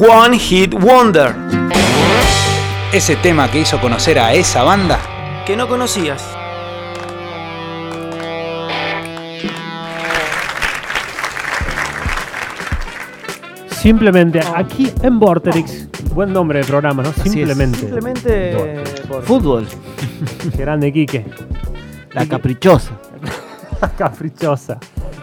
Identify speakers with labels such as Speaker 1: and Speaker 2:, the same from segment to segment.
Speaker 1: One Hit Wonder,
Speaker 2: Ese tema que hizo conocer a esa banda
Speaker 1: que no conocías.
Speaker 3: Simplemente aquí en Vorterix. Buen nombre de programa, ¿no?
Speaker 4: es.
Speaker 3: Simplemente.
Speaker 4: Simplemente por
Speaker 5: Fútbol,
Speaker 3: Grande Quique.
Speaker 5: la caprichosa.
Speaker 3: La caprichosa.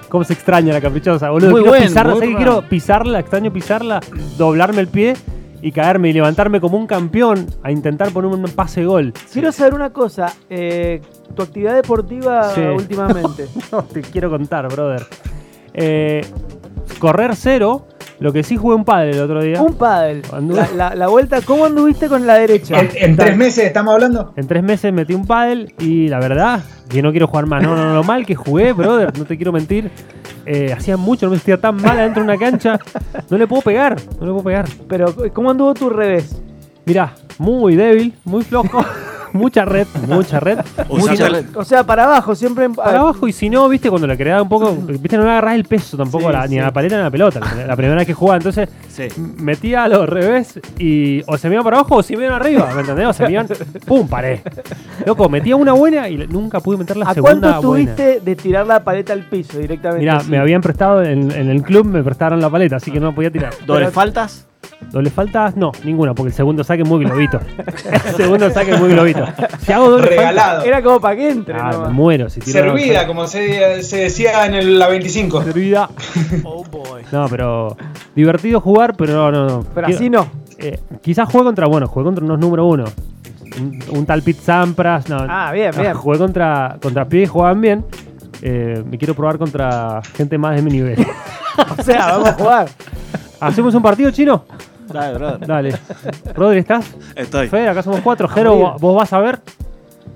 Speaker 3: ¿Cómo se extraña la caprichosa, boludo?
Speaker 4: Muy
Speaker 3: quiero
Speaker 4: buen,
Speaker 3: pisarla,
Speaker 4: muy
Speaker 3: ¿sabés qué
Speaker 4: bueno.
Speaker 3: quiero pisarla, extraño pisarla, doblarme el pie y caerme y levantarme como un campeón a intentar poner un pase de gol.
Speaker 4: Quiero saber una cosa, eh, tu actividad deportiva
Speaker 3: Sí.
Speaker 4: últimamente.
Speaker 3: No te quiero contar, brother. Eh, correr cero, lo que sí jugué un padre el otro día.
Speaker 4: Un pádel.
Speaker 3: Anduve. Eh,
Speaker 4: La, la- la vuelta, ¿cómo anduviste con la derecha?
Speaker 6: En, en tres meses estamos hablando.
Speaker 3: En tres meses metí un pádel y la verdad que no quiero jugar más. No, no, no, lo mal que jugué, brother, no te quiero mentir. Eh, hacía mucho, no me sentía tan mal adentro de una cancha. No le puedo pegar, no le puedo pegar.
Speaker 4: Pero, ¿cómo anduvo tu revés?
Speaker 3: Mirá, muy débil, muy flojo. mucha red, mucha red.
Speaker 5: Mucha
Speaker 7: Usando,
Speaker 4: O sea, para abajo, siempre en-
Speaker 3: Para abajo y si no, viste, cuando la creaba un poco, viste, no le agarrás el peso tampoco,
Speaker 4: Sí,
Speaker 3: a la- ni
Speaker 4: sí.
Speaker 3: a la paleta ni a la pelota. La, la primera vez que jugaba, entonces
Speaker 7: sí.
Speaker 3: metía a los revés y o se me iban para abajo o se me iban arriba, ¿me entendés? O se me iban, ¡pum! paré. Loco, metía una buena y nunca pude meter la
Speaker 4: ¿A cuánto
Speaker 3: segunda buena.
Speaker 4: estuviste de tirar la paleta al piso directamente?
Speaker 3: Mirá,
Speaker 4: Sí.
Speaker 3: me habían prestado en, en el club, me prestaron la paleta, así que no podía tirar.
Speaker 5: ¿Doble faltas?
Speaker 3: Doble faltas, no, ninguna, porque el segundo saque es muy globito. el segundo saque es muy globito. Si hago doble falta,
Speaker 6: Regalado.
Speaker 4: Era como para que entre.
Speaker 3: ah, me
Speaker 4: nomás.
Speaker 3: muero si tiro doble
Speaker 6: Servida,
Speaker 3: falta.
Speaker 6: como se, se decía en el- la 25.
Speaker 3: Servida.
Speaker 1: Oh boy.
Speaker 3: No, pero divertido jugar, pero no, no, no.
Speaker 4: Pero
Speaker 3: Quiero-
Speaker 4: así no.
Speaker 3: eh, quizás jugué contra, bueno, jugué contra unos número uno. Un, un tal Pete Sampras, no.
Speaker 4: Ah, bien,
Speaker 3: no,
Speaker 4: bien.
Speaker 3: Jugué contra, contra pibes que jugaban bien. Eh, me quiero probar contra gente más de mi nivel.
Speaker 4: O sea, vamos a jugar.
Speaker 3: ¿Hacemos un partido chino?
Speaker 5: Dale, brother.
Speaker 3: Dale. Rodri, ¿estás?
Speaker 7: Estoy.
Speaker 3: Fer, acá somos cuatro. Jero,
Speaker 4: Abrir.
Speaker 3: ¿vo- ¿vos vas a ver?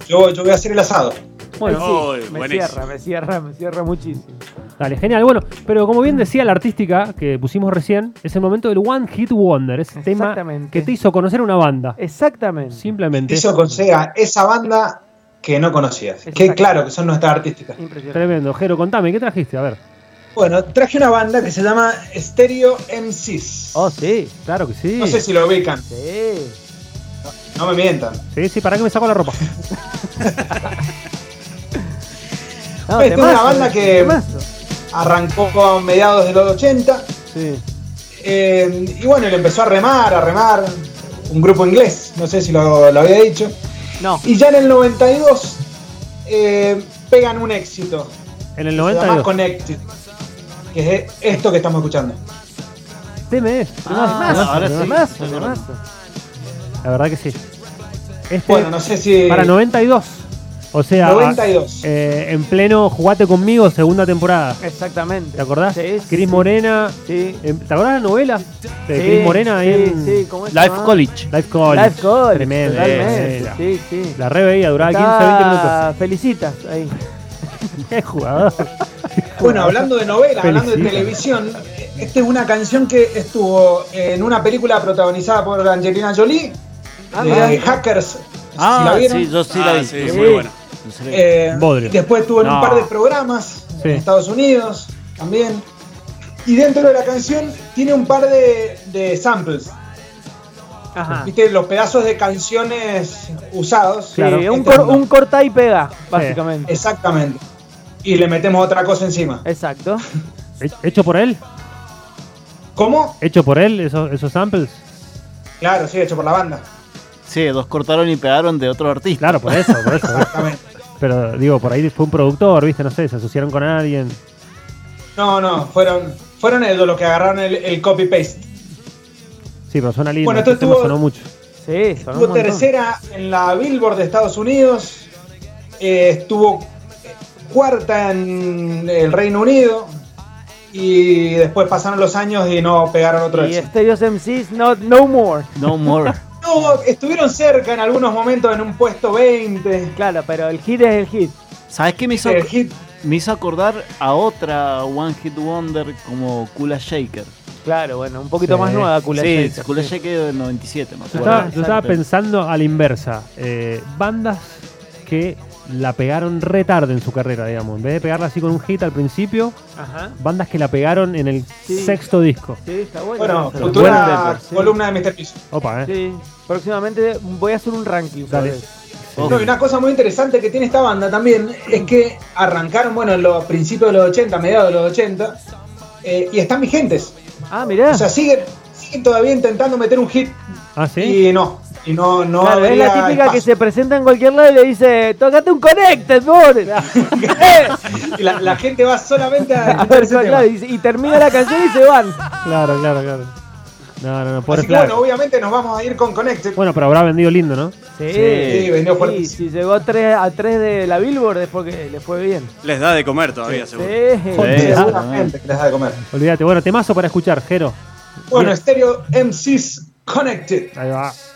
Speaker 6: Yo, yo voy a hacer el asado.
Speaker 3: Bueno,
Speaker 7: Uy,
Speaker 4: me
Speaker 7: buenísimo.
Speaker 4: cierra, me cierra, me cierra muchísimo.
Speaker 3: dale, genial. Bueno, pero como bien decía la artística que pusimos recién, es el momento del One Hit Wonder, ese tema
Speaker 4: Exactamente.
Speaker 3: que te hizo conocer una banda.
Speaker 4: Exactamente.
Speaker 3: Simplemente.
Speaker 6: Eso con Sega, esa banda que no conocías. Que
Speaker 4: Exacto.
Speaker 6: claro que son nuestras artísticas.
Speaker 4: Impresionante.
Speaker 3: Tremendo. Jero, contame, ¿qué trajiste? A ver.
Speaker 6: Bueno, traje una banda que se llama Stereo MCs.
Speaker 4: Oh, sí.
Speaker 3: Claro que sí.
Speaker 6: No sé si lo ubican,
Speaker 4: Sí.
Speaker 6: no me mientan.
Speaker 3: Sí, sí, para que me saco la ropa.
Speaker 4: No,
Speaker 6: Esta es una
Speaker 4: temazo,
Speaker 6: banda que-
Speaker 4: temazo.
Speaker 6: Arrancó a mediados de los 80
Speaker 4: Sí.
Speaker 6: eh, y bueno, le empezó a remar, a remar. Un grupo inglés, no sé si lo, lo había dicho.
Speaker 4: No.
Speaker 6: Y ya en el 92 eh, pegan un éxito.
Speaker 3: En el
Speaker 6: Se llama
Speaker 3: 92.
Speaker 6: Connected. Que es esto que estamos escuchando.
Speaker 3: Teme es.
Speaker 5: Ah, ahora sí.
Speaker 4: Temazo, temazo.
Speaker 3: La verdad que sí. Este
Speaker 6: Bueno, no sé si.
Speaker 3: para 92. O sea,
Speaker 6: 92.
Speaker 3: eh, en pleno Jugate conmigo, segunda temporada.
Speaker 4: Exactamente.
Speaker 3: ¿Te acordás?
Speaker 4: Sí, sí,
Speaker 3: Cris
Speaker 4: sí.
Speaker 3: Morena.
Speaker 4: Sí.
Speaker 3: em, ¿Te acordás de la novela? De
Speaker 4: Sí,
Speaker 3: Cris Morena ahí
Speaker 4: sí,
Speaker 3: en
Speaker 4: sí, ¿cómo es que
Speaker 5: Life
Speaker 4: va?
Speaker 5: College.
Speaker 3: Life College.
Speaker 4: Life College.
Speaker 3: Tremenda
Speaker 4: totalmente,
Speaker 3: novela.
Speaker 4: Sí, sí.
Speaker 3: La re veía, duraba 15, 20 minutos.
Speaker 4: Está Felicitas ahí.
Speaker 3: Qué jugador.
Speaker 6: Bueno, hablando de novela, hablando de
Speaker 3: Felicita.
Speaker 6: televisión, eh, esta es una canción que estuvo en una película protagonizada por Angelina Jolie,
Speaker 4: Ah,
Speaker 6: de
Speaker 4: mirá.
Speaker 6: Hackers.
Speaker 5: Ah,
Speaker 6: si la vieron.
Speaker 5: sí, yo sí la
Speaker 7: Ah,
Speaker 5: vi.
Speaker 7: sí,
Speaker 5: Yo sí
Speaker 7: muy
Speaker 5: la vi.
Speaker 7: buena.
Speaker 5: Yo sí la vi.
Speaker 6: Eh,
Speaker 3: Bodrio.
Speaker 6: después estuvo en
Speaker 3: No.
Speaker 6: un par de programas
Speaker 3: Sí.
Speaker 6: en Estados Unidos también. Y dentro de la canción tiene un par de, de samples.
Speaker 4: Ajá.
Speaker 6: ¿Viste? Los pedazos de canciones usados.
Speaker 4: Sí,
Speaker 3: Claro. Este
Speaker 4: un,
Speaker 6: Esta-
Speaker 4: cor- un corta y pega, básicamente.
Speaker 6: Exactamente. Y le metemos otra cosa encima.
Speaker 4: Exacto.
Speaker 3: He- ¿Hecho por él?
Speaker 6: ¿Cómo?
Speaker 3: ¿Hecho por él esos, esos samples?
Speaker 6: Claro, sí, hecho por la banda.
Speaker 5: Sí, dos cortaron y pegaron de otros artistas.
Speaker 3: Claro, por eso, por eso.
Speaker 6: Exactamente.
Speaker 3: Pero digo, por ahí fue un productor, ¿viste? No sé, se asociaron con alguien.
Speaker 6: No, no, fueron, fueron ellos los que agarraron el, el copy-paste.
Speaker 3: Sí, pero suena lindo.
Speaker 6: Bueno,
Speaker 3: este
Speaker 6: esto
Speaker 3: tema
Speaker 6: estuvo-
Speaker 3: sonó mucho.
Speaker 4: Sí, sonó un
Speaker 6: Estuvo
Speaker 4: montón.
Speaker 6: tercera en la Billboard de Estados Unidos, eh, estuvo eh, cuarta en el Reino Unido y después pasaron los años y no pegaron otro
Speaker 4: Y
Speaker 6: éxito.
Speaker 4: Stereos MCs, no, no more.
Speaker 5: No more.
Speaker 6: No, estuvieron cerca en algunos momentos en un puesto 20.
Speaker 4: Claro, pero el hit es el hit.
Speaker 5: ¿Sabes qué me hizo,
Speaker 6: El hit,
Speaker 5: me hizo acordar a otra One Hit Wonder como Kula Shaker?
Speaker 4: Claro, bueno, un poquito
Speaker 3: Sí.
Speaker 4: más nueva, Kula
Speaker 5: sí,
Speaker 4: Shaker.
Speaker 5: Kula Shaker del 97, me
Speaker 3: Yo
Speaker 5: acuerdo.
Speaker 3: estaba, yo estaba
Speaker 4: Exacto.
Speaker 3: pensando a la inversa. eh, bandas que la pegaron retarde en su carrera, digamos. En vez de pegarla así con un hit al principio,
Speaker 1: Ajá.
Speaker 3: bandas que la pegaron en el
Speaker 4: Sí.
Speaker 3: sexto disco.
Speaker 4: Sí, está bueno.
Speaker 6: Bueno,
Speaker 4: Está
Speaker 6: futura
Speaker 4: Sí.
Speaker 6: columna de Mr. Piso.
Speaker 3: Opa, eh.
Speaker 4: Sí, próximamente voy a hacer un ranking.
Speaker 3: Dale.
Speaker 4: ¿sabes?
Speaker 6: No, y una cosa muy interesante que tiene esta banda también es que arrancaron, bueno, en los principios de los 80, mediados de los 80, eh, y están vigentes.
Speaker 4: Ah, mirá.
Speaker 6: O sea, siguen, siguen todavía intentando meter un hit
Speaker 3: Ah, sí.
Speaker 6: y no. Y no, no
Speaker 4: Claro, es la
Speaker 6: habría
Speaker 4: típica que
Speaker 6: espacio.
Speaker 4: se presenta en cualquier lado y le dice, tócate un connected, por.
Speaker 6: Y la, la gente va solamente a
Speaker 4: A
Speaker 6: escuchar
Speaker 4: ver,
Speaker 6: ese
Speaker 4: claro,
Speaker 6: tema.
Speaker 4: y, y termina la canción y se van.
Speaker 3: Claro, claro, claro. No, no, no, pobre
Speaker 6: Así que
Speaker 3: Flash.
Speaker 6: bueno, obviamente nos vamos a ir con Connected.
Speaker 3: Bueno, pero habrá vendido lindo, ¿no?
Speaker 4: Sí,
Speaker 6: Sí, vendió
Speaker 4: sí,
Speaker 6: fuertísimo.
Speaker 4: si llegó a 3, a tres de la Billboard es porque le fue bien.
Speaker 7: Les da de comer todavía, seguro.
Speaker 4: Sí.
Speaker 5: Sí,
Speaker 6: seguramente que les da de comer.
Speaker 3: ah. Olvídate. Bueno, temazo para escuchar, Jero.
Speaker 6: Bueno, Stereo MCs Connected.
Speaker 3: Ahí va.